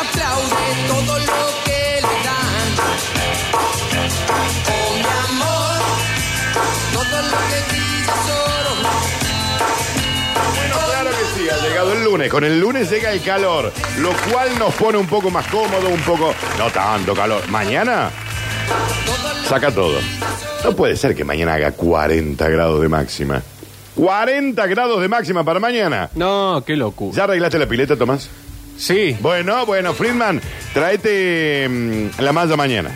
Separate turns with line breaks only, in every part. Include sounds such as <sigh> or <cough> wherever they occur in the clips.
aplaude todo lo que le dan. Oh, mi amor, todo lo que brilla es oro.
Bueno, claro que sí, ha llegado el lunes. Con el lunes llega el calor, lo cual nos pone un poco más cómodo, un poco. No tanto calor. Mañana, saca todo. No puede ser que mañana haga 40 grados de máxima. 40 grados de máxima para mañana.
No, qué locura.
¿Ya arreglaste la pileta, Tomás?
Sí.
Bueno, bueno, Friedman, tráete mm, la malla mañana.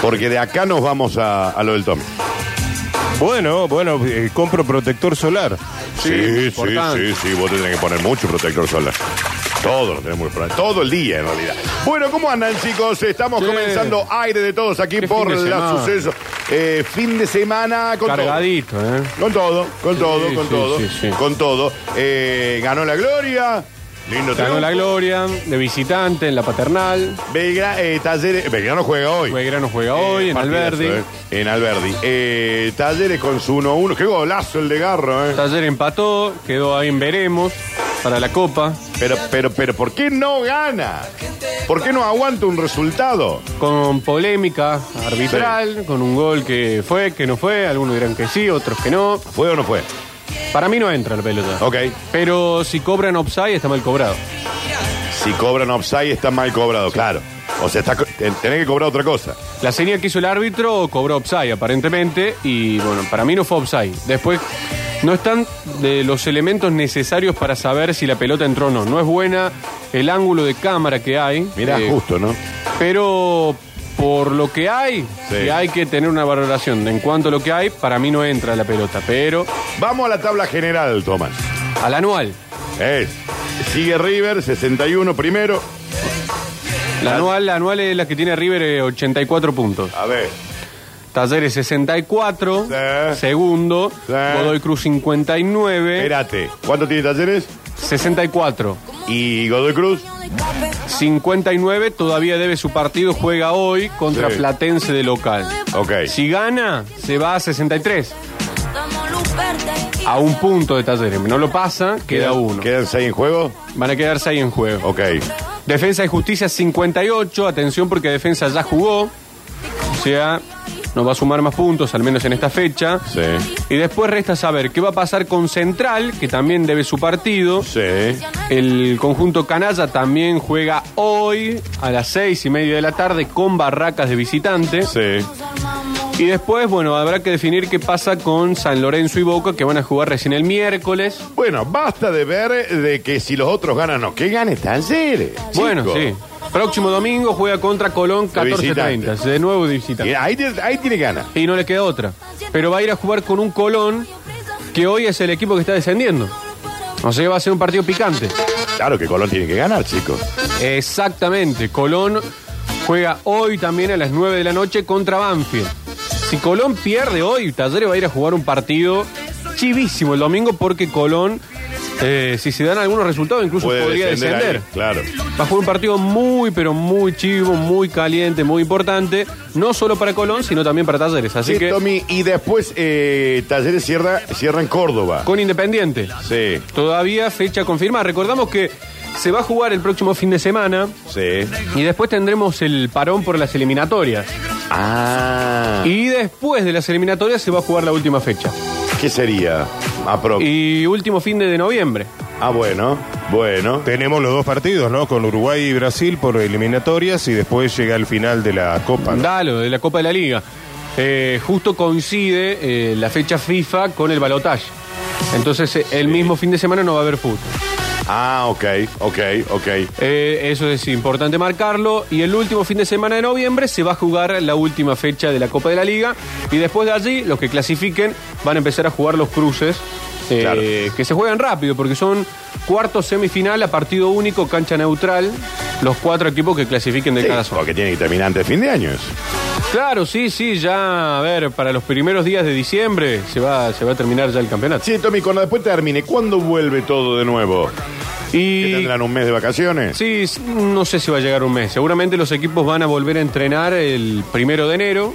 Porque de acá nos vamos a, a lo del Tommy.
Bueno, bueno, eh, compro protector solar.
Sí, sí, sí,
importante.
sí, vos te tenés que poner mucho protector solar. Todo lo tenemos que poner, todo el día en realidad. Bueno, ¿cómo andan chicos? Estamos
Sí.
comenzando aire de todos aquí
Qué
por
fin de
la
semana.
suceso. Eh, fin de semana con todo.
Cargadito, ¿eh?
Con todo, con todo, con
sí,
todo,
sí, sí.
con todo. Eh, ganó la gloria, lindo
Ganó
triunfo.
la gloria, de visitante en la paternal.
Belgra, eh, Talleres, Belgrano juega hoy.
Belgrano juega
Eh,
hoy en
partidazo,
Alberdi.
eh, en Alberdi. Eh, talleres con su 1-1. Qué golazo el de Garro, eh.
Taller empató, quedó ahí en veremos para la copa.
Pero, pero, pero, ¿por qué no gana? ¿Por qué no aguanta un resultado?
Con polémica arbitral, con un gol que fue, que no fue, algunos dirán que sí, otros que no.
¿Fue o no fue?
Para mí no entra la pelota.
Ok.
Pero si cobran offside está mal cobrado.
Si cobran offside está mal cobrado, claro. O sea, está co- ten- tenés que cobrar otra cosa.
La señal que hizo el árbitro cobró offside aparentemente y bueno, para mí no fue offside. Después no están de los elementos necesarios para saber si la pelota entró o no. No es buena el ángulo de cámara que hay.
Mirá,
Eh,
justo, ¿no?
Pero por lo que hay,
Sí.
que hay que tener una valoración. En cuanto a lo que hay, para mí no entra la pelota. Pero
Vamos a la tabla general, Tomás.
al anual.
Es, sigue River, 61 primero.
La anual, la anual es la que tiene River eh, 84 puntos.
A ver,
Talleres 64.
Sí.
Segundo.
Sí.
Godoy Cruz 59.
espérate. ¿Cuánto tiene Talleres?
64.
Y Godoy Cruz.
59 todavía debe su partido, juega hoy contra
Sí.
Platense de local.
Ok.
Si gana, se va a 63, a un punto de Talleres. No lo pasa, queda uno.
¿Quedan 6 en juego?
Van a quedarse ahí en juego.
Ok.
Defensa y Justicia 58, atención porque Defensa ya jugó, o sea, nos va a sumar más puntos, al menos en esta fecha.
Sí.
Y después resta saber qué va a pasar con Central, que también debe su partido.
Sí.
El conjunto canalla también juega hoy a las seis y media de la tarde con Barracas de visitante.
Sí.
Y después, bueno, habrá que definir qué pasa con San Lorenzo y Boca, que van a jugar recién el miércoles.
Bueno, basta de ver eh, de que si los otros ganan no, este que gane Talleres.
Bueno,
chico.
sí. Próximo domingo juega contra Colón
De visitante.
14.30. De nuevo de visitante.
Y Eh, Ahí, tiene- ahí tiene ganas.
Y no le queda otra. Pero va a ir a jugar con un Colón, que hoy es el equipo que está descendiendo. O sea, va a ser un partido picante.
Claro que Colón tiene que ganar, chicos.
Pues Exactamente. Colón juega hoy también a las 9 de la noche contra Banfield. Si Colón pierde hoy, Talleres va a ir a jugar un partido chivísimo el domingo porque Colón, eh, si se dan algunos resultados, incluso podría descender.
ahí, claro.
Va a jugar un partido muy, pero muy chivo, muy caliente, muy importante. No solo para Colón, sino también para Talleres. Así
Sí,
que
Tommy, y después eh, Talleres cierra, cierra en Córdoba.
con Independiente.
Sí,
Todavía fecha confirmada. Recordamos que se va a jugar el próximo fin de semana
sí.
y después tendremos el parón por las eliminatorias.
Ah. ¿Y
Y después de las eliminatorias se va a jugar la última fecha.
qué sería? Apro-
Y último fin de, de noviembre.
Ah, bueno, bueno.
Tenemos los dos partidos, ¿no? Con Uruguay y Brasil por eliminatorias y después llega el final de la Copa. ¿no?
Dalo, de la Copa de la Liga. Eh, justo coincide eh, la fecha FIFA con el balotaje. Entonces eh, el mismo fin de semana no va a haber fútbol.
Ah, ok, ok, ok.
Eh, eso es importante marcarlo. Y el último fin de semana de noviembre se va a jugar la última fecha de la Copa de la Liga. Y después de allí, los que clasifiquen van a empezar a jugar los cruces. eh,
Claro.
Que se juegan rápido, porque son cuartos semifinal a partido único, cancha neutral. Los cuatro equipos que clasifiquen de
Sí,
cada zona.
porque tiene que terminar antes de fin de año. eso.
Claro, sí, sí, ya, a ver, para los primeros días de diciembre se va, se va a terminar ya el campeonato.
Sí, Tommy, cuando después termine, ¿cuándo vuelve todo de nuevo? ¿Que
Y
¿Tendrán un mes de vacaciones?
Sí, s- no sé si va a llegar un mes. Seguramente los equipos van a volver a entrenar el primero de enero.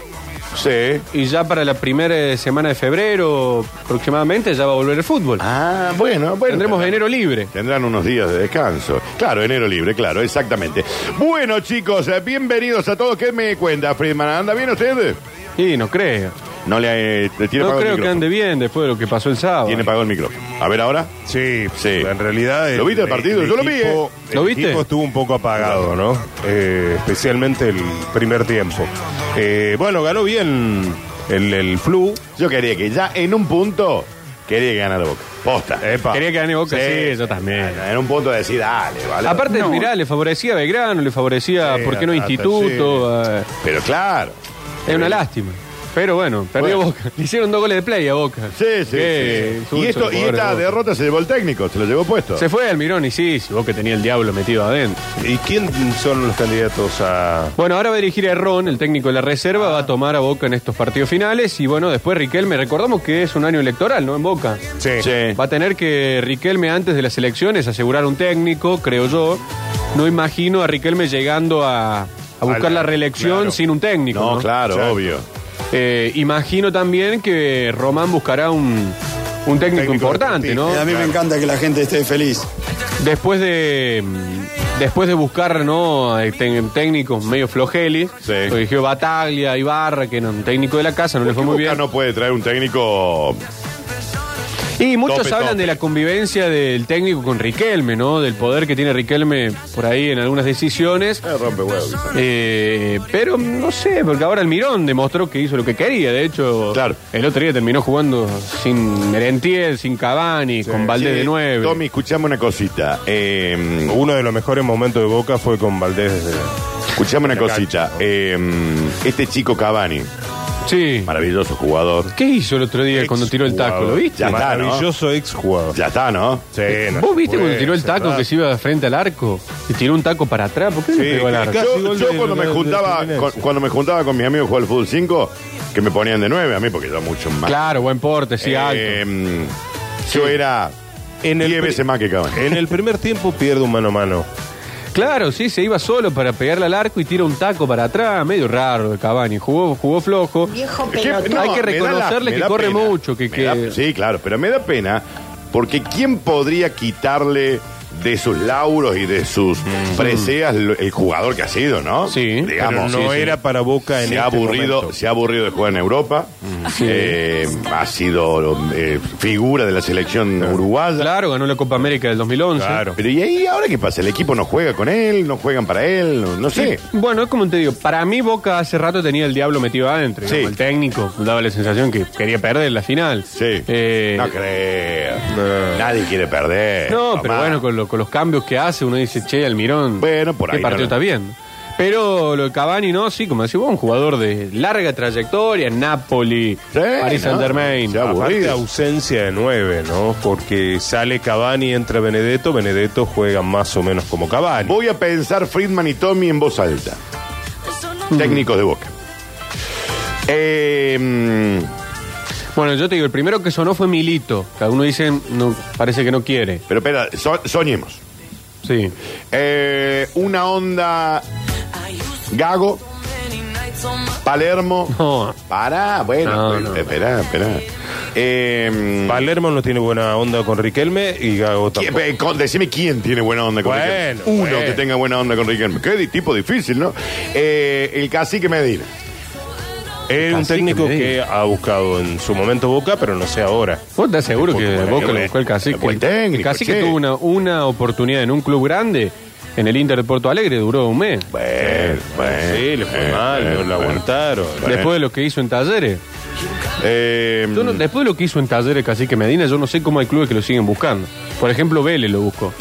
Sí.
Y ya para la primera eh, semana de febrero aproximadamente ya va a volver el fútbol.
Ah, bueno, bueno.
Tendremos
Tendrán-
enero libre.
Tendrán unos días de descanso. Claro, enero libre, claro, exactamente. Bueno, chicos, eh, bienvenidos a todos. ¿Qué me cuenta, Friedman? ¿Anda bien usted?
Y no creo.
No le, eh, le tiene
No
apagado
creo
el
que
micrófono.
ande bien después de lo que pasó el sábado.
Tiene apagado el micrófono. A ver ahora.
Sí,
Sí.
En realidad.
¿Lo viste el partido? Yo lo vi,
equipo-
¿eh? ¿Lo
el
viste?
equipo estuvo un poco apagado, ¿no? Eh, especialmente el primer tiempo. Eh, bueno, ganó bien el, el flu.
Yo quería que ya en un punto quería que ganara Boca. Posta.
Epa.
Quería que gane Boca, sí, yo también.
En un punto de decir, dale, vale.
Aparte, mirá, le favorecía a Belgrano, le favorecía,
Sí,
¿por qué no
hasta-
Instituto? Eh,
Pero claro.
es una lástima. Pero bueno, perdió
Bueno.
Boca. Le hicieron dos goles de play a Boca.
Sí, sí.
Qué
sí.
susto,
Y, esto, y
pobre
esta
Boca.
derrota se llevó el técnico, se lo llevó puesto.
Se fue Almirón y sí, si Boca tenía el diablo metido adentro.
¿Y quién son los candidatos a.?
Bueno, ahora va a dirigir a Errón, el técnico de la reserva, va a tomar a Boca en estos partidos finales. Y bueno, después Riquelme, recordamos que es un año electoral, ¿no? En Boca.
Sí.
Sí.
Va a tener que Riquelme antes de las elecciones asegurar un técnico, creo yo. No imagino a Riquelme llegando a, a buscar la reelección
claro.
sin un técnico.
No,
¿no?
claro,
Exacto.
obvio.
Eh, imagino también que Román buscará un, un técnico,
Técnico
importante, ¿no?
Y a mí me encanta que la gente esté feliz.
Después de mm, después de buscar no Eh, te- técnicos medio flojelis,
Sí.
lo dirigió Bataglia, Ibarra, que era un técnico de la casa, no le fue muy
Boca
bien.
no puede traer un técnico.
Y muchos
Tope,
hablan
tope.
de la convivencia del técnico con Riquelme, ¿no? Del poder que tiene Riquelme por ahí en algunas decisiones.
Eh, rompe huevos.
Eh, pero no sé, porque ahora Almirón demostró que hizo lo que quería. De hecho,
Claro.
el otro día terminó jugando sin Merentiel, sin Cavani, con Valdés
Sí,
de 9.
Tommy, escuchame una cosita. Eh,
Uno de los mejores momentos de Boca fue con Valdés. eh,
escuchame una
La cancha,
cosita. Eh, este chico Cavani,
Sí.
maravilloso jugador.
¿Qué hizo el otro día cuando tiró el taco? ¿Lo viste?
Ya está, ¿no?
Maravilloso exjugador.
Ya está, ¿no?
Sí, no
¿Vos viste
se puede
cuando tiró el taco
cerrar.
que se iba frente al arco? Y tiró un taco para atrás. ¿Por qué no
Sí,
pegó al
que
arco?
acá-
Eh, Yo,
Casi gol
yo
de-
cuando,
de-
me
de
juntaba,
Fluminense.
con, cuando me juntaba con mis amigos a jugar al fútbol 5, que me ponían de 9 a mí, porque yo mucho más.
Claro, buen porte, sí,
Eh,
alto.
Yo era
En el
10
pri-
veces más que Cavani.
En el primer tiempo pierde un mano a mano.
Claro, sí, se iba solo para pegarle al arco y tira un taco para atrás. Medio raro de Cavani. Jugó, jugó flojo.
Viejo
Es que-
pelotón.
no,
Hay que
me da la-
reconocerle
me
que
da
corre
pena.
mucho, que-
Me da-
que-
sí, claro, pero me da pena porque ¿quién podría quitarle de sus lauros y de sus preseas lo- el jugador que ha sido, no?
Mm. Sí,
digamos.
Pero no
Sí, sí.
era para Boca en
se
este
ha aburrido
momento.
se ha aburrido de jugar en Europa
Mm. Sí.
Eh, ha sido eh, figura de la selección uruguaya
Claro, ganó la Copa América del 2011.
Claro.
pero y ahí ahora qué pasa el equipo no juega con él no juegan para él no, no sé
Bueno, es como te digo, para mí Boca hace rato tenía el diablo metido adentro.
Sí.
digamos, El técnico daba la sensación que quería perder la final.
sí
Eh,
no creo nadie quiere perder
no, pero
mamá.
bueno, con, lo- con los cambios que hace, uno dice, che, Almirón,
Bueno, por
¿qué
ahí
partido
no, no.
está bien? Pero lo de Cavani, no, sí, como decís vos, un jugador de larga trayectoria, Napoli,
Sí,
Paris
no,
Saint Germain.
se ha aburrido.
Aparte ausencia de nueve, ¿no? Porque sale Cavani, entra Benedetto, Benedetto juega más o menos como Cavani.
voy a pensar Friedman y Tommy en voz alta técnicos de Boca Eh, mm,
Bueno, yo te digo, el primero que sonó fue Milito. Cada uno dice, no, parece que no quiere.
pero espera so- soñemos
Sí. <laughs>
Eh, una onda Gago, Palermo.
No.
Pará, bueno,
No,
eh,
no.
esperá, esperá. Eh,
Palermo no tiene buena onda con Riquelme y Gago
¿quién-
tampoco.
eh, con- decime quién tiene buena onda con
Bueno,
Riquelme. Uno
bueno.
que tenga buena onda con Riquelme. Qué di- tipo difícil, ¿no? Eh, el cacique Medina.
Es un
Así
técnico
que me
que, ha buscado en su momento Boca, pero no sé ahora.
¿Vos te seguro
Porque,
que
bueno,
Boca
bueno,
lo buscó el cacique?
buen técnico,
el cacique
che.
tuvo una, una oportunidad en un club grande, en el Inter de Porto Alegre, duró un mes.
Bueno, bueno,
Sí, le fue
eh,
mal,
eh,
no lo
bueno.
aguantaron.
Después de lo que hizo en Talleres.
Eh,
Yo no- después de lo que hizo en Talleres Cacique Medina, yo no sé cómo hay clubes que lo siguen buscando. Por ejemplo, Vélez lo buscó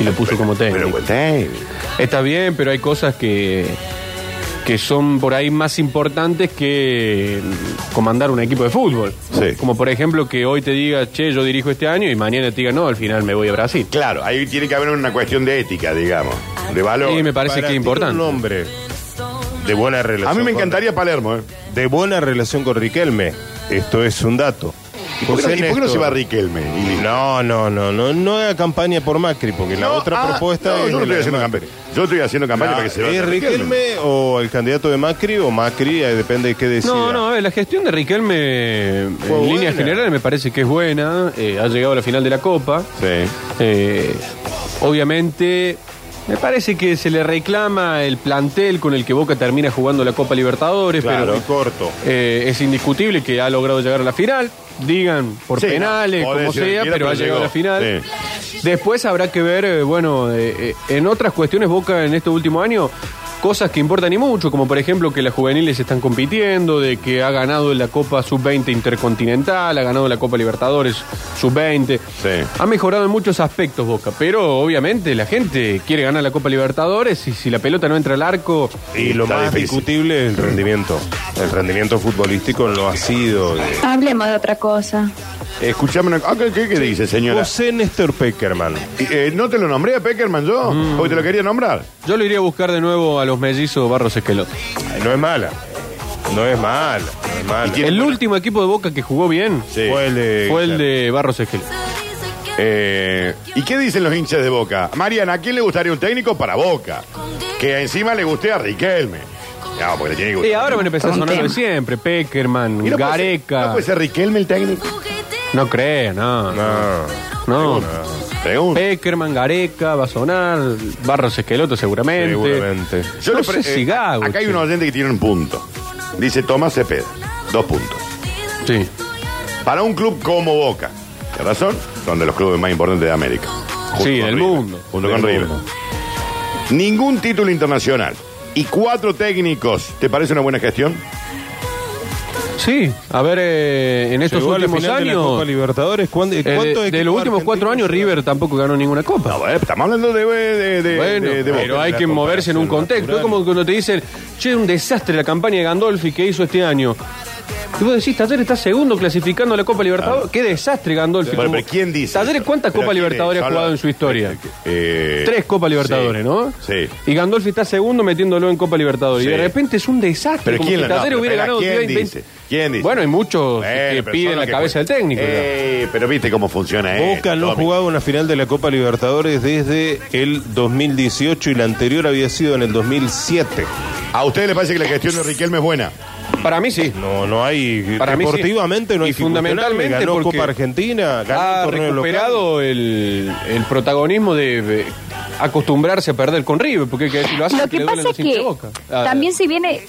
y lo puso como
pero
técnico.
buen técnico.
Está bien, pero hay cosas que, que son por ahí más importantes que comandar un equipo de fútbol.
Sí.
Como por ejemplo que hoy te diga, che, yo dirijo este año y mañana te diga, no, al final me voy a Brasil.
Claro, ahí tiene que haber una cuestión de ética, digamos, de valor.
Sí, me parece
Para
que es
ti,
importante.
Un hombre de buena relación.
A mí me
con-
encantaría Palermo, ¿eh?
De buena relación con Riquelme. Esto es un dato.
¿Y por, qué no,
José
y por qué no
Néstor.
se va Riquelme? Y listo.
No, no, no, no, no haga campaña por Macri, porque la
No,
otra
ah,
propuesta
no, yo
es
no
de
estoy
la-
haciendo campaña. Yo estoy haciendo campaña
Ah,
para que se vaya
¿Es Riquelme o el candidato de Macri o Macri? eh, depende de qué decida.
No, no, eh, la gestión de Riquelme en
Fue buena.
líneas generales me parece que es buena. eh, ha llegado a la final de la Copa.
Sí.
Eh, obviamente, me parece que se le reclama el plantel con el que Boca termina jugando la Copa Libertadores,
Claro,
pero
y corto.
eh, es indiscutible que ha logrado llegar a la final. Digan por
Sí,
penales,
no, podés
como
decir lo que
sea,
quieras,
pero ha
pero
llegado a la
llegó.
final. Después habrá que ver, eh, bueno, eh, eh, en otras cuestiones Boca en este último año, cosas que importan y mucho, como por ejemplo que las juveniles están compitiendo, de que ha ganado la Copa Sub-20 Intercontinental, ha ganado la Copa Libertadores Sub-20.
Sí.
Ha mejorado en muchos aspectos Boca, pero obviamente la gente quiere ganar la Copa Libertadores y si la pelota no entra al arco...
Y lo
Está
más
difícil.
discutible es el rendimiento. El rendimiento futbolístico no ha sido. de-
Hablemos de otra cosa.
Escuchame una cosa. ¿Qué, qué dice, señora?
José Néstor Peckerman.
Eh, ¿No te lo nombré a Peckerman yo? Porque te lo quería nombrar.
Yo lo iría a buscar de nuevo a los mellizos Barros Esqueloto.
Ay, No es mala. No es mala. No es mala.
El último equipo de Boca que jugó bien
Sí.
Fue el de.
fue el de Barros Esqueloto.
Eh, ¿Y qué dicen los hinchas de Boca? Mariana, ¿a quién le gustaría un técnico para Boca? Que encima le guste a Riquelme. No, porque le tiene que
Y
gustar.
ahora van a empezar a sonar lo de siempre. Peckerman,
Y no puede ser-
Gareca.
¿No puede ser Riquelme el técnico?
No creo, no. No.
No.
Pregunta.
Peckerman, Gareca, va a sonar. Barros Esqueloto seguramente.
Seguramente.
Yo
no
le pre-
sé si
eh,
Gago,
Acá hay
che.
un oyente que tiene un punto. Dice Tomás Cepeda. Dos puntos.
Sí.
Para un club como Boca. ¿Qué razón? Son de los clubes más importantes de América. Junto
Sí,
con River.
del mundo.
Junto
Del
con River.
mundo.
Ningún título internacional. Y cuatro técnicos. ¿Te parece una buena gestión?
Sí, a ver, eh, en estos
Llegó a la
últimos
final de la Copa
años.
Libertadores. ¿Cuándo-
eh,
¿Cuántos
de, de
equipos
los últimos cuatro años,
argentinos
River tampoco ganó ninguna copa.
No, eh, estamos hablando de, de, de-
bueno,
de- de Boca.
pero hay
la
que moverse en un
comparación
contexto. Es
natural.
como cuando te dicen, che, un desastre la campaña de Gandolfi que hizo este año. Y vos decís, Taller está segundo clasificando a la Copa Libertadores. Qué desastre Gandolfi.
Bueno,
Como-
pero ¿quién dice?
Talleres,
eso?
¿cuántas
Pero
Copa
¿quién es?
Libertadores ha
Habla-
jugado en su historia?
Eh,
Tres Copa Libertadores,
sí,
¿no?
Sí.
Y Gandolfi está segundo metiéndolo en Copa Libertadores.
Sí.
Y de repente es un desastre.
Pero
como
¿quién
si
la- no,
Talleres
pero
hubiera
espera,
ganado
¿quién
10, 20.
dice? ¿Quién dice?
Bueno, hay muchos
Bueno,
que
pero
piden
son
la
los que
cabeza del
juegan.
técnico.
Eh, pero viste cómo funciona eh.
Boca no ha
Tommy.
jugado una final de la Copa Libertadores desde el 2018 y la anterior había sido en el 2007.
¿A ustedes les parece que la gestión de Riquelme es buena?
ya. Para mí sí.
No, no hay.
Para mí sí.
deportivamente no hay
Y
que cuestionarle.
fundamentalmente
ganó
porque
Copa Argentina, ganó
Ha
un torneo local.
recuperado el, el protagonismo de de acostumbrarse a perder con River, porque hay que decirlo así,
Lo
le
que
duelen
pasa es
los hinchas de
que
Boca. Ah,
también se viene,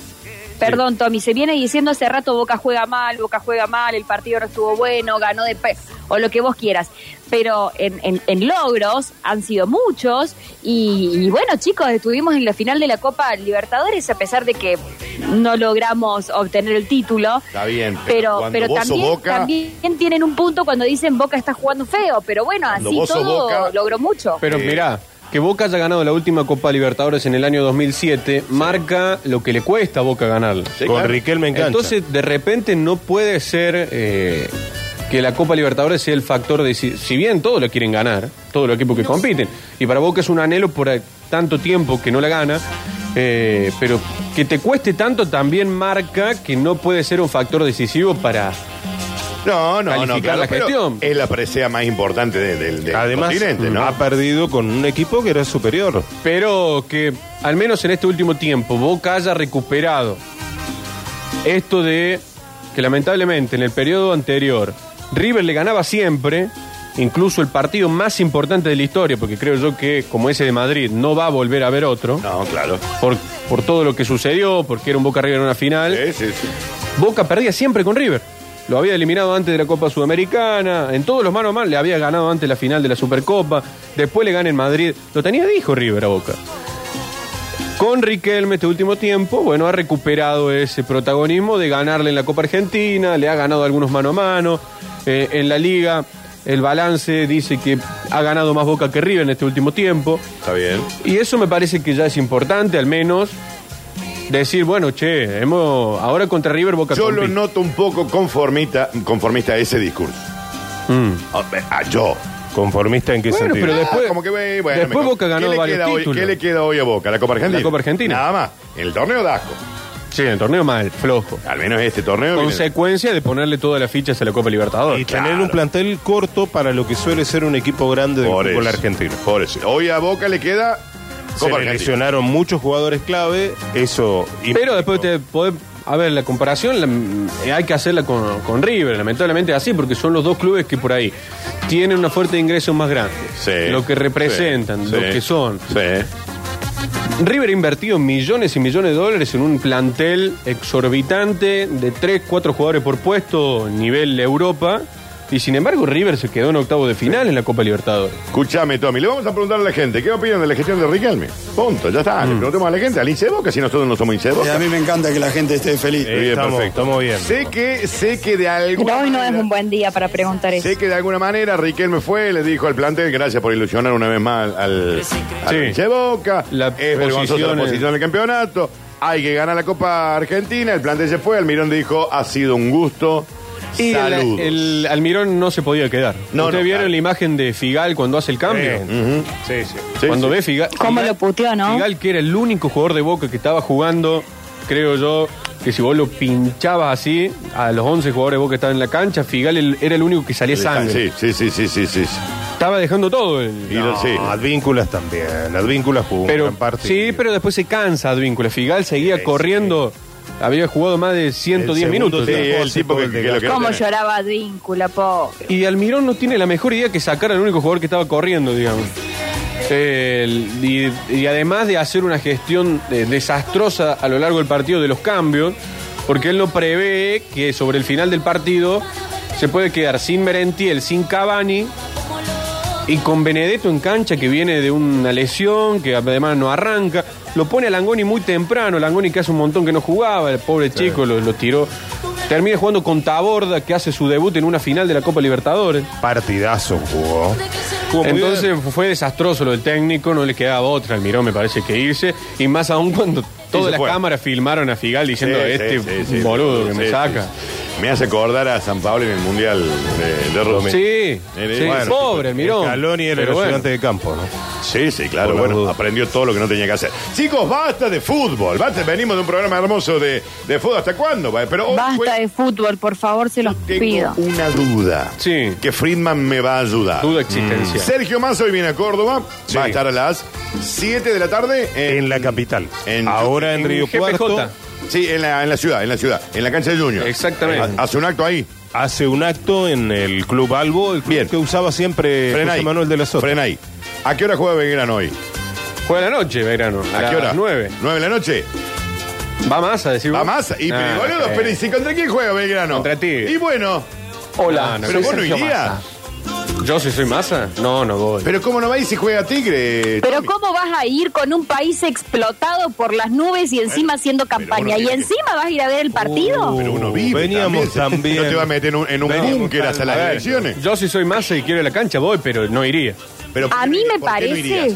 perdón Tommy, se viene diciendo hace rato Boca juega mal, Boca juega mal, el partido no estuvo bueno, ganó de pe o lo que vos quieras. Pero en, en- en logros han sido muchos y, y bueno chicos, estuvimos en la final de la Copa Libertadores a pesar de que no logramos obtener el título.
Está bien, pero
pero
cuando
pero,
vos sos
también,
Boca-
también tienen un punto cuando dicen Boca está jugando feo, pero bueno,
Cuando
así
vos sos
todo
Boca-
logró mucho.
Pero mirá, que Boca haya ganado la última Copa Libertadores en el año 2007 marca lo que le cuesta a Boca ganarla.
Sí,
Con
claro.
Riquelme en cancha.
Entonces, de repente no puede ser eh, que la Copa Libertadores sea el factor de si, si bien todos lo quieren ganar, todos los equipos que compiten, y para Boca es un anhelo por eh, tanto tiempo que no la gana, eh, pero que te cueste tanto también marca que no puede ser un factor decisivo para...
No, no, no,
Calificar
claro,
la
pero
gestión.
es la presea más importante de- del, del
Además,
continente, ¿no?
ha perdido con un equipo que era superior.
Pero que al menos en este último tiempo Boca haya recuperado esto de que lamentablemente en el periodo anterior River le ganaba siempre, incluso el partido más importante de la historia, porque creo yo que como ese de Madrid no va a volver a haber otro,
No, claro.
por, por todo lo que sucedió, porque era un Boca River en una final.
Sí, sí, sí.
Boca perdía siempre con River. Lo había eliminado antes de la Copa Sudamericana, en todos los manos a mano, le había ganado antes la final de la Supercopa, después le gana en Madrid. Lo tenía dijo River a Boca. Con Riquelme este último tiempo, bueno, ha recuperado ese protagonismo de ganarle en la Copa Argentina, le ha ganado algunos mano a mano. Eh, en la liga, el balance dice que ha ganado más Boca que River en este último tiempo.
Está bien.
Y eso me parece que ya es importante, al menos, decir, bueno, che, hemos, ahora contra River Boca
Yo lo
compite.
noto un poco conformista, conformista a ese discurso.
Mm.
A, a yo.
Conformista en qué
Bueno,
sentido.
pero de- Después-
Ah, como que, eh, bueno,
después
me con-
Boca ganó
¿Qué le
varios
queda hoy-
títulos.
¿Qué le queda hoy a Boca? ¿La Copa Argentina?
La Copa Argentina.
Nada más. El torneo de asco.
Sí, en el torneo mal, flojo.
Al menos este torneo. viene-
Consecuencia de ponerle todas las fichas a la Copa Libertadores.
Y tener un plantel corto para lo que suele ser un equipo grande del
Por
fútbol
eso,
argentino.
por eso. Hoy a Boca le queda
Se
Copa Argentina.
lesionaron muchos jugadores clave, eso...
Pero después te podés- A ver, la comparación la- eh, hay que hacerla con, con River, lamentablemente así, porque son los dos clubes que por ahí tienen una fuerte de ingresos más grande.
Sí,
lo que representan,
sí,
lo
sí,
que son.
Sí.
River ha invertido millones y millones de dólares en un plantel exorbitante de 3, 4 jugadores por puesto, nivel Europa. Y sin embargo, River se quedó en octavo de final en la Copa Libertadores.
Escúchame, Tommy, le vamos a preguntar a la gente, ¿qué opinan de la gestión de Riquelme? Punto, ya está, le
Mm.
preguntemos a la gente, al hincha de Boca, si nosotros no somos hincha de
Y
Boca.
a mí me encanta que la gente esté feliz.
Eh, estamos- estamos bien.
Sé que, sé que de
Pero
alguna
hoy no es
manera,
un buen día para preguntar eso.
sé que de alguna manera Riquelme fue, le dijo al plantel, gracias por ilusionar una vez más al, al
Sí.
hincha de Boca,
La
es vergonzosa
posición
la
es-
posición del campeonato, hay que ganar la Copa Argentina, el plantel se fue, Almirón dijo, ha sido un gusto,
Y el,
saludos.
el Almirón no se podía quedar.
No,
¿Ustedes
no,
vieron
claro.
la imagen de Figal cuando hace el cambio?
Sí, sí.
Sí,
cuando
sí.
ve Figal.
¿Cómo
Figal-
lo puteó, no?
Figal, que era el único jugador de Boca que estaba jugando, creo yo, que si vos lo pinchabas así, a los 11 jugadores de Boca que estaban en la cancha, Figal el- era el único que salía
Sí,
sangre.
sí, sí, sí, sí, sí. sí.
Estaba dejando todo. el-
Y lo- sí.
Advínculas también. Advínculas jugó un
pero,
gran partido.
sí, pero después se cansa Advíncula. Figal seguía
Sí,
corriendo. Había jugado más de 110
segundo
minutos.
Sí,
tiempo.
ya.
el tipo que, que lo que no
¿Cómo
tenés.
lloraba Advíncula, po?
Y Almirón no tiene la mejor idea que sacar al único jugador que estaba corriendo, digamos. El- y, y además de hacer una gestión eh, desastrosa a lo largo del partido de los cambios, porque él no prevé que sobre el final del partido se puede quedar sin Merentiel, sin Cavani y con Benedetto en cancha que viene de una lesión, que además no arranca. Lo pone a Langoni muy temprano, Langoni que hace un montón que no jugaba, el pobre chico lo, lo tiró. Termina jugando con Taborda, que hace su debut en una final de la Copa Libertadores.
Partidazo jugó. Jugó muy
Entonces fue desastroso lo del técnico, no le quedaba otra al mirón, me parece que irse. Y más aún cuando
se
todas las
fue.
cámaras filmaron a Figal
Sí,
diciendo
sí,
este
sí, sí,
boludo
sí,
que me
sí,
saca.
sí. Me hace acordar a San Pablo en el Mundial de, de
Sí,
Rugby.
sí,
Eh, Bueno,
pobre el mirón.
Caloni era el
Pero bueno.
ayudante de campo, ¿no?
Sí, sí, claro.
Por las
bueno,
dudas.
aprendió todo lo que no tenía que hacer. Chicos, basta de fútbol. Basta, venimos de un programa hermoso de, de fútbol. ¿Hasta cuándo? va? Pero hoy
Basta
Oh, fue-
de fútbol, por favor, se los
tengo
pido.
una duda.
Sí.
Que Friedman me va a ayudar. Mm.
Duda existencial.
Sergio Massa hoy viene a Córdoba. Va a estar a las 7 de la tarde
En la capital.
en-
Ahora en,
en
Río
GPJ.
Cuarto.
Sí, en la, en la ciudad, en la ciudad, en la cancha de Junior.
Exactamente.
Ha- Hace un acto ahí.
Hace un acto en el Club Albo, el club
Bien.
que usaba siempre
Frena
José
ahí.
Manuel de la Sota.
Frena ahí. ¿A qué hora juega Belgrano hoy?
Juega la noche, verano.
¿A, qué hora?
9.
9 de la noche.
Va más a decir.
Va más. Y
Ah,
pero, boludo,
eh.
pero ¿y si contra quién juega Belgrano?
Contra ti.
Y bueno,
Ah,
Hola,
pero vos Ah, no irías.
¿Yo si soy masa? No, no voy.
Pero ¿cómo no va y si juega Tigre?
Pero
Tommy?
¿cómo vas a ir con un país explotado por las nubes y encima haciendo
bueno,
campaña? ¿Y
mira que- Uh,
encima vas a ir a ver el partido?
Pero uno vive.
Veníamos
<laughs>
también.
No te va a meter en un, en un
Veníamos
búnker hasta las
también. A ver,
elecciones.
Yo si soy masa y quiero ir a la cancha, voy, pero no iría.
Pero,
a mí me
¿por qué no
parece...
irías?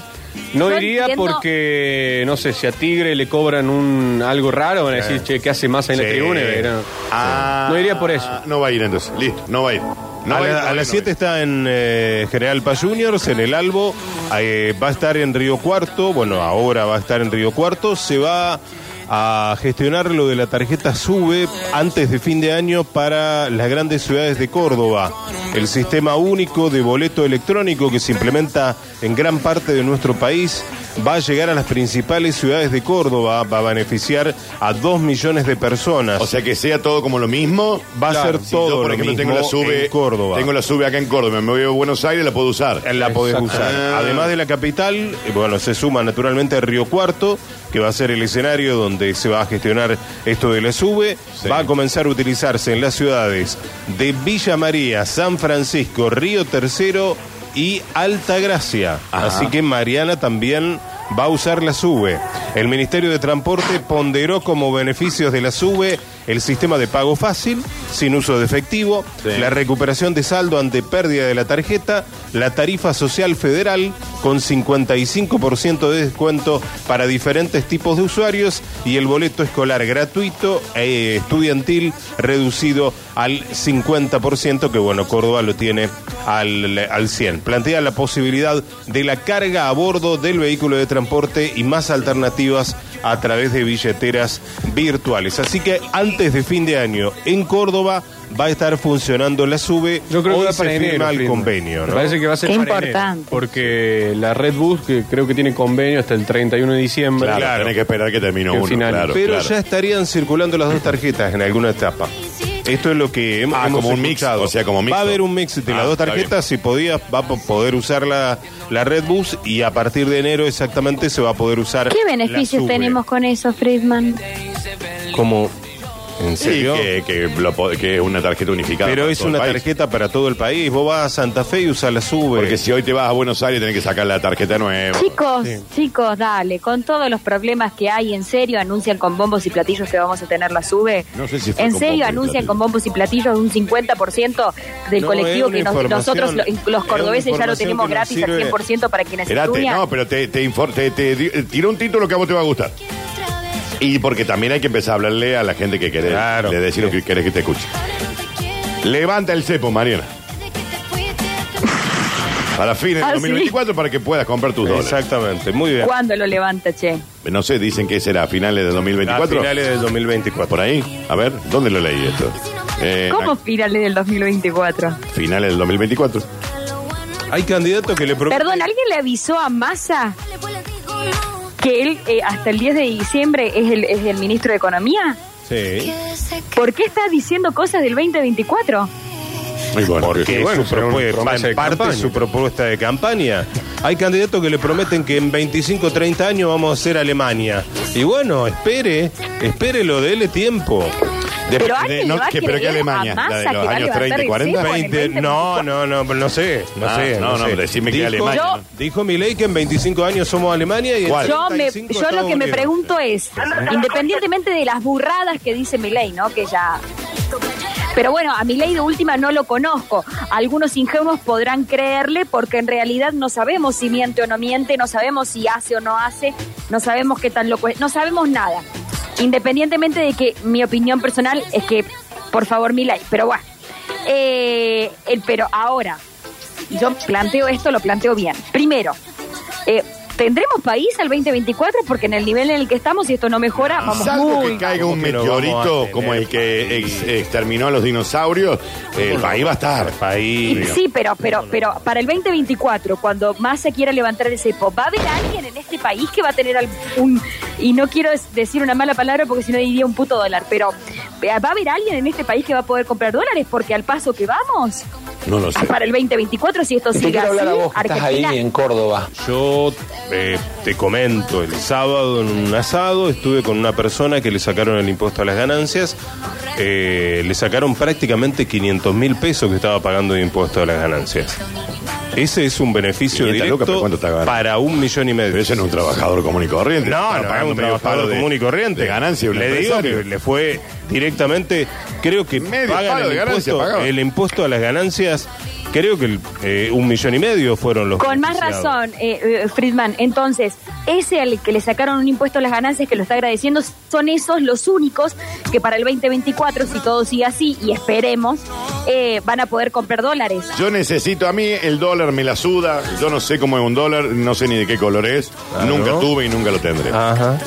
No
Yo
iría
entiendo-
porque, no sé, si a Tigre le cobran un algo raro, van a
Eh.
decir, che, ¿qué hace masa en la
Sí.
tribuna? Belgrano?
Ah,
No iría por eso.
No va a ir entonces. Listo, no va a ir. No va
a, la-
ir, no
a
va ir,
las
no
7
va
está en eh, General Paz Juniors, en el Albo. eh, va a estar en Río Cuarto. Bueno, ahora va a estar en Río Cuarto. Se va a gestionar lo de la tarjeta SUBE antes de fin de año para las grandes ciudades de Córdoba. El sistema único de boleto electrónico que se implementa en gran parte de nuestro país va a llegar a las principales ciudades de Córdoba. Va a beneficiar a 2 millones de personas.
ir. O sea que sea todo como lo mismo.
Va a
Claro,
ser
si
todo
yo, por
lo
ejemplo, tengo
mismo
la sube
en Córdoba.
Tengo la sube acá en Córdoba. Me voy a Buenos Aires la puedo usar.
La podés usar.
Ah.
Además de la capital, eh, bueno, se suma naturalmente Río Cuarto, que va a ser el escenario donde se va a gestionar esto de la SUBE. Va a comenzar a utilizarse en las ciudades de Villa María, San Francisco, Río Tercero y Altagracia. Así que Mariana también va a usar la SUBE. El Ministerio de Transporte ponderó como beneficios de la SUBE el sistema de pago fácil, sin uso de efectivo, la recuperación de saldo ante pérdida de la tarjeta, la tarifa social federal con 55% de descuento para diferentes tipos de usuarios y el boleto escolar gratuito e eh, estudiantil reducido al 50%, que bueno, Córdoba lo tiene al, al 100. Plantea la posibilidad de la carga a bordo del vehículo de transporte y más alternativas a través de billeteras virtuales. Así que antes de fin de año en Córdoba va a estar funcionando la SUBE.
Yo creo
Hoy
que va
se
para enero.
firma el
Friedman.
convenio.
Me
¿no?
parece que va a ser
Qué
para enero,
importante.
porque la Red Bus, que creo que tiene convenio hasta el 31 de diciembre.
Claro,
Claro.
tenés que esperar que termine
Que
uno.
final.
Claro,
Pero
claro.
ya estarían circulando las dos tarjetas en alguna etapa. Esto es lo que hemos
Ah, como un mix,
escuchado.
o sea, como mixto.
Va a haber un mix de
Ah,
las dos
está
tarjetas. Si podías, va a po- poder usar la, la Red Bus y a partir de enero exactamente se va a poder usar.
¿Qué
la
beneficios
Sube.
tenemos con eso, Friedman?
Como. ¿En
Sí,
serio?
que, que lo po- que es una tarjeta unificada.
Pero
para
es
todo el
una
país.
tarjeta pues. para todo el país. Vos vas a Santa Fe y usas la sube.
Porque si hoy te vas a Buenos Aires tenés que sacar la tarjeta nueva.
Chicos, chicos, dale, con todos los problemas que hay, en serio, anuncian con bombos y platillos que vamos a tener la SUBE.
No sé si fue
en
con
serio,
bombos y
anuncian
platillos.
con bombos y platillos un 50% del
No,
colectivo
es una
que nos-
información,
nosotros, lo-
es
los
una
cordobeses, ya lo
información
tenemos
que nos
gratis al
sirve.
100% para quienes
Espérate,
estudian.
no, pero te, te, infor- te- te di- eh, tiró un título que a vos te va a gustar. Y porque también hay que empezar a hablarle a la gente que querés.
Claro.
Le decir lo que querés que te escuche. Levanta el cepo, Mariana. Para fines de
Ah, ¿sí?
2024 para que puedas comprar tus dólares.
Exactamente, muy bien.
¿Cuándo lo levanta, che?
No sé, dicen que será a finales de
A
2024.
finales del 2024.
Por ahí. A ver, ¿dónde lo leí esto? Eh,
¿Cómo finales del 2024?
a- Finales del 2024.
Hay candidatos que le prometen.
Perdón, ¿alguien le avisó a Massa
pues
que él eh, hasta el 10 de diciembre es el, es el ministro de Economía?
Sí.
¿Por qué está diciendo cosas del 2024?
Muy bueno.
Porque
Sí,
bueno,
bueno, pero
fue
un-
en parte su propuesta de campaña. Hay candidatos que le prometen que en 25, 30 años vamos a ser Alemania. Y bueno, espere, espere lo dele tiempo.
de-
Pero
de-
alguien
no,
le va a
que- pero que
creer
Alemania,
a Massa
la de los
que va a
años
levantar
30 y
el
40.
cepo en el
20,
20,
no, no, no, no sé, no
Ah,
sé.
no, no,
sé.
decime que
dijo,
Alemania,
¿no?
Dijo Milei que en 25 años somos Alemania y en
¿Cuál?
Yo, me,
35
yo lo
Estados
que me
Unidos.
pregunto es, independientemente de las burradas que dice Milei, ¿no? Que ya... Pero bueno, a Milei de última no lo conozco. Algunos ingenuos podrán creerle porque en realidad no sabemos si miente o no miente, no sabemos si hace o no hace, no sabemos qué tan loco es, no sabemos nada. Independientemente de que mi opinión personal es que, por favor, Milei, pero bueno. Eh, el- pero ahora, yo planteo esto, lo planteo bien. Primero, eh, ¿tendremos país al 2024? Porque en el nivel en el que estamos, si esto no mejora, vamos
Salvo
muy
que caiga
mal.
un
Porque lo vamos a
meteorito
tener,
como el que ex- exterminó a los dinosaurios, el país va a estar.
País.
Y sí, pero, pero, pero para el 2024, cuando más se quiera levantar el cepo, ¿va a haber alguien en este país que va a tener al- un... Y no quiero es- decir una mala palabra porque si no diría un puto dólar, pero eh, ¿va a haber alguien en este país que va a poder comprar dólares? Porque al paso que vamos,
No lo sé.
para el 2024, si esto
Te
sigue
quiero
así,
hablar a vos, que estás ahí
Argentina...
en Córdoba.
Yo eh, te comento, el sábado en un asado estuve con una persona que le sacaron el impuesto a las ganancias, eh, le sacaron prácticamente 500 mil pesos que estaba pagando de impuesto a las ganancias. Ese es un beneficio
500 lucas, pero
directo
¿cuánto está ganando?
para un millón y medio.
Pero ese no es un trabajador común y corriente.
No,
Está
no, es
pagando
un
medio
trabajador
palo de-
común y corriente.
De ganancia, un
le digo
empresario.
que le fue directamente, creo que
Medio
pagan
palo
el,
de ganancia
impuesto,
pagaba.
el impuesto a las ganancias, creo que el, eh, un millón y medio fueron los
Con más
beneficiados.
razón, eh, eh, Friedman. Entonces, ese al que le sacaron un impuesto a las ganancias que lo está agradeciendo, son esos los únicos que para el 2024, si todo sigue así, y esperemos, eh, van a poder comprar dólares.
Yo necesito, a mí el dólar me la suda, yo no sé cómo es un dólar, no sé ni de qué color es, nunca tuve y nunca lo tendré.
Ajá.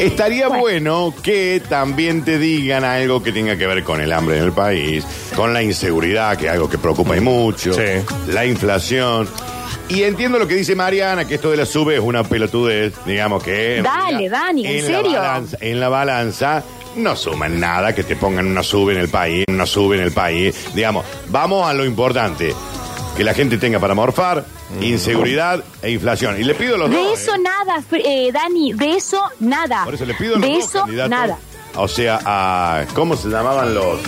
Estaría bueno que también te digan algo que tenga que ver con el hambre en el país, con la inseguridad, que es algo que preocupa y mucho,
Sí.
la inflación. Y entiendo lo que dice Mariana, que esto de la sube es una pelotudez, digamos que... en
Dale,
realidad,
Dani, ¿en
la
serio?
balanza- en la balanza no suman nada, que te pongan una sube en el país, una sube en el país. Digamos, vamos a lo importante. Que la gente tenga para morfar, inseguridad e inflación. Y le pido a los
De
dos, ¿eh?
eso nada, Fr- eh, Dani, de eso nada.
Por eso le pido a los
De
dos
eso
candidatos,
nada.
O sea, a. ¿Cómo se llamaban los.?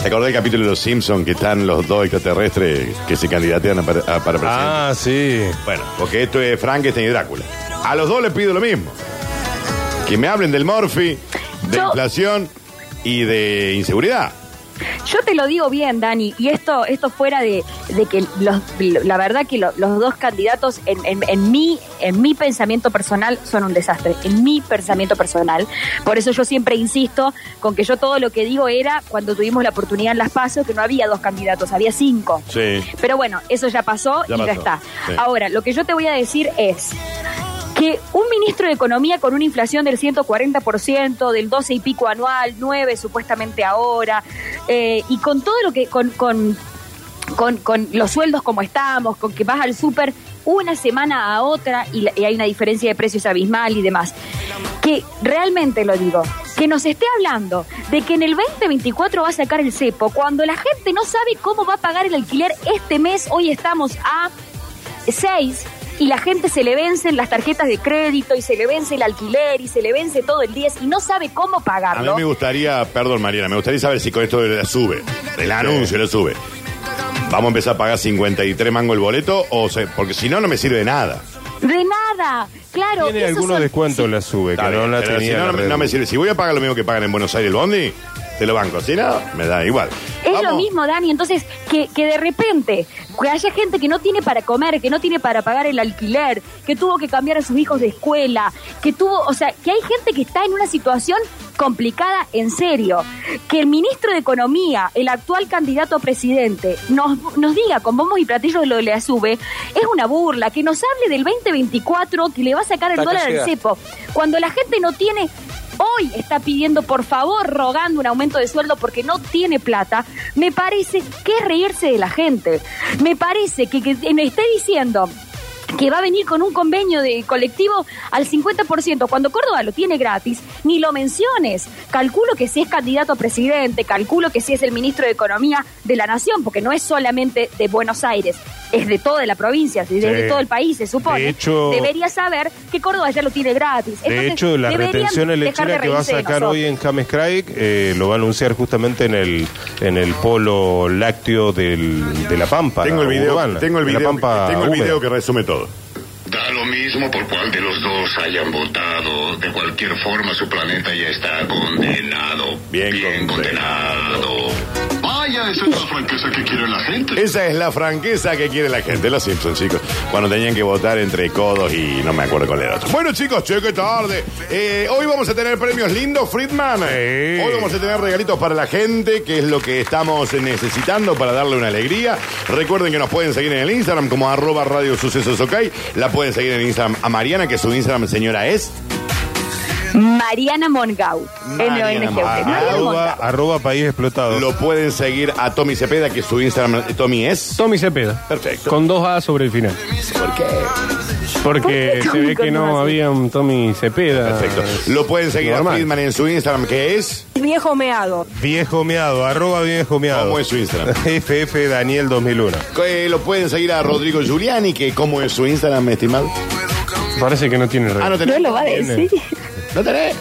¿Te acordás del capítulo de los Simpsons que están los dos extraterrestres que se candidatean a para, a- para presidente?
Ah, sí.
Bueno, porque esto es Frankenstein y Drácula. A los dos les pido lo mismo. Que me hablen del Morphy, de
Yo-
inflación y de inseguridad.
Yo te lo digo bien, Dani, y esto, esto fuera de, de que los- la verdad que lo- los dos candidatos en, en, en mi, en mi pensamiento personal son un desastre, en mi pensamiento personal. Por eso yo siempre insisto con que yo todo lo que digo era cuando tuvimos la oportunidad en Las Pasos que no había dos candidatos, había cinco.
Sí.
Pero bueno, eso ya pasó
Ya
y
pasó,
ya está.
sí.
Ahora, lo que yo te voy a decir es que un ministro de Economía con una inflación del 140%, del 12 y pico anual, 9 supuestamente ahora, eh, y con todo lo que, con, con, con, con los sueldos como estamos, con que vas al súper una semana a otra y, la- y hay una diferencia de precios abismal y demás. Que realmente lo digo, que nos esté hablando de que en el 2024 va a sacar el cepo, cuando la gente no sabe cómo va a pagar el alquiler este mes, hoy estamos a 6 y la gente se le vencen las tarjetas de crédito y se le vence el alquiler y se le vence todo el 10 y no sabe cómo
A mí
pagarlo.
me gustaría, perdón Mariana, me gustaría saber si con esto la sube, el anuncio la sube. ¿Vamos a empezar a pagar 53 mango el boleto? o se- Porque si no, no me sirve de nada.
De nada, claro.
Tiene
esos
algunos
son-
descuentos
sí.
la sube,
Está
que no
bien,
la
pero
tenía.
si no,
la
no, me-
Red
no me
Bull.
sirve. Si voy a pagar lo mismo que pagan en Buenos Aires el bondi, te lo banco. Si no, me da igual.
Es lo
Vamos.
mismo, Dani. Entonces, que, que de repente que haya gente que no tiene para comer, que no tiene para pagar el alquiler, que tuvo que cambiar a sus hijos de escuela, que tuvo, o sea, que hay gente que está en una situación complicada en serio. Que el ministro de Economía, el actual candidato a presidente, nos, nos diga con bombos y platillos lo de la sube, es una burla. Que nos hable del 2024, que le va a sacar el
Hasta que
dólar al
llega.
cepo. Cuando la gente no tiene hoy está pidiendo, por favor, rogando un aumento de sueldo porque no tiene plata, me parece que es reírse de la gente. Me parece que, que me esté diciendo que va a venir con un convenio de colectivo al 50%, cuando Córdoba lo tiene gratis, ni lo menciones. Calculo que si es candidato a presidente, calculo que si es el ministro de Economía de la Nación, porque no es solamente de Buenos Aires, es de toda la provincia, es de
Sí.
todo el país, se supone.
De hecho-
Debería saber que Córdoba ya lo tiene gratis.
De
Entonces,
hecho, la
deberían
retención
dejar de
lechera que va a
reírse de
sacar hoy
nosotros.
en James Craig eh, lo va a anunciar justamente en el en el polo lácteo del, de La Pampa.
Tengo el video,
urbana,
tengo el
de la
video,
Pampa
tengo el
húmeda.
video que resume todo.
Da lo mismo por cuál de los dos hayan votado. De cualquier forma, su planeta ya está condenado.
Bien
condenado. Vaya, esa es la franqueza que quiere la gente.
Esa es la franqueza que quiere la gente, los Simpsons, chicos. Cuando tenían que votar entre codos y no me acuerdo cuál era otro. Bueno, chicos, cheque tarde. Eh, hoy vamos a tener premios lindos, Friedman. Hoy vamos a tener regalitos para la gente, que es lo que estamos necesitando para darle una alegría. Recuerden que nos pueden seguir en el Instagram como arroba radio sucesos, ok. La pueden seguir en Instagram a Mariana, que su Instagram, señora, es...
Mariana Mongau,
Mariana
NONGU.
Mongau.
Mariana
Arroba,
Mongau.
arroba país explotado.
Lo pueden seguir a Tommy Cepeda, que su Instagram, Tommy, es...
Tommy Cepeda.
Perfecto.
Con dos A sobre el final. ¿Por
¿Por qué
Porque se
Tommy
ve que
con dos
no
A?
había un Tommy Cepeda.
Perfecto. Lo pueden seguir a
Ah, Normal.
Friedman en su Instagram, que es...
Viejo meado.
Viejo meado, arroba viejo meado.
¿Cómo es su
<laughs>
<laughs>
Instagram?
FF Daniel 2001.
Eh, lo pueden seguir a Rodrigo Giuliani, que como es su Instagram, estimado.
Parece que no tiene red.
Ah, no
No
tenés.
lo va a
eh.
decir.
¿No tenés?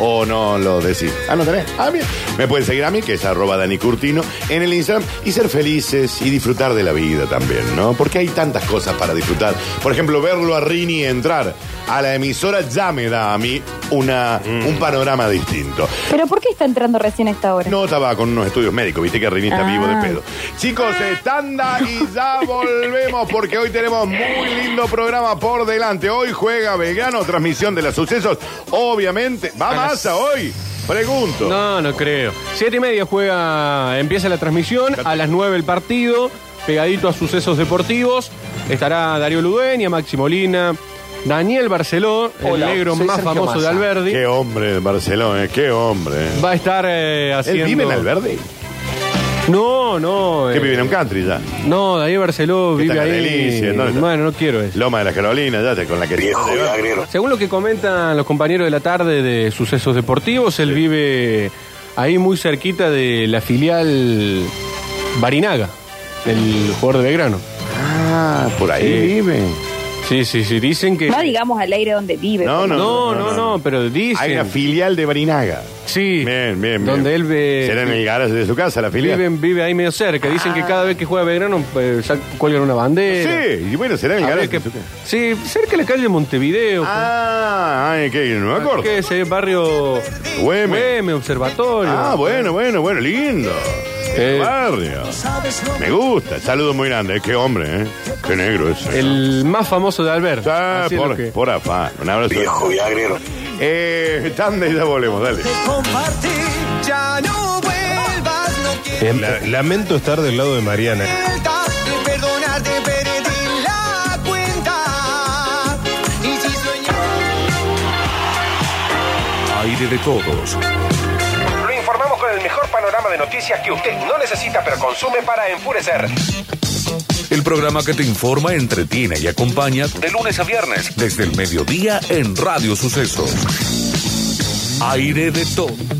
O no lo decís. Ah, no tenés. Ah, bien. Me pueden seguir a mí, que es arroba Dani Curtino, en el Instagram y ser felices y disfrutar de la vida también, ¿no? Porque hay tantas cosas para disfrutar. Por ejemplo, verlo a Rini entrar a la emisora ya me da a mí una,
Mm.
un panorama distinto.
¿Pero por qué está entrando recién a esta hora?
No, estaba con unos estudios médicos, viste que Rini está
Ah.
vivo de pedo. Chicos, eh, tanda y ya volvemos porque hoy tenemos muy lindo programa por delante. Hoy juega Belgrano, transmisión de los sucesos. Obviamente, ¿va Massa hoy? Pregunto.
No, no creo. Siete y media juega, empieza la transmisión, a las nueve el partido, pegadito a sucesos deportivos. Estará Darío Ludueña, Maxi Molina, Daniel Barceló,
Hola,
el negro
soy
más
Sergio
famoso de
Massa.
Alberdi.
Qué hombre de Barcelona, eh, qué hombre. eh.
Va a estar eh, haciendo...
¿Él vive en Alberdi?
No, no.
Que
eh,
vive en un country ya.
No, Daniel Barceló
Está
vive
en la
ahí.
delicia, ¿dónde está?
bueno, no quiero eso.
Loma de la Carolina, ya te- con la que...
Según lo que comentan los compañeros de la tarde de Sucesos Deportivos, él vive ahí muy cerquita de la filial Barinaga, el jugador de Belgrano.
Ah, por ahí
Sí.
vive.
Sí, sí, sí, dicen que...
eh.
No digamos al aire donde vive.
No, no,
No, no, no, pero dicen...
Hay una filial de Barinaga.
sí,
Bien, bien, bien.
donde él ve-
Será en el garage de su casa, la filial. Ah.
vive, vive ahí medio cerca. Dicen que cada vez que juega Belgrano eh, sac- cuelgan una bandera.
Sí, y bueno, será en el
Habría
garage. de su
que-
casa.
sí, cerca de la calle Montevideo.
Ah, ay, que no me acuerdo.
Que es el barrio
Güeme.
Güeme, observatorio.
Ah, bueno, bueno, bueno, lindo.
Eh,
Barrio. Me gusta. Saludo muy grande. Qué hombre, ¿eh? Qué negro es.
el más famoso de Albert.
Ah,
Así es lo
por,
que-
por afán. Un abrazo.
Viejo y agrio.
Eh, tanda y ya volvemos, dale.
compartir. Ya no vuelvas, no quiero
La- lamento estar del lado de Mariana.
de perdonarte, perdí la cuenta. Y si soñamos.
Aire de todos.
Lo informamos con el mejor panorama de noticias que usted no necesita pero consume para enfurecer.
El programa que te informa, entretiene y acompaña
De lunes a viernes.
desde el mediodía en Radio Sucesos. Aire de todos.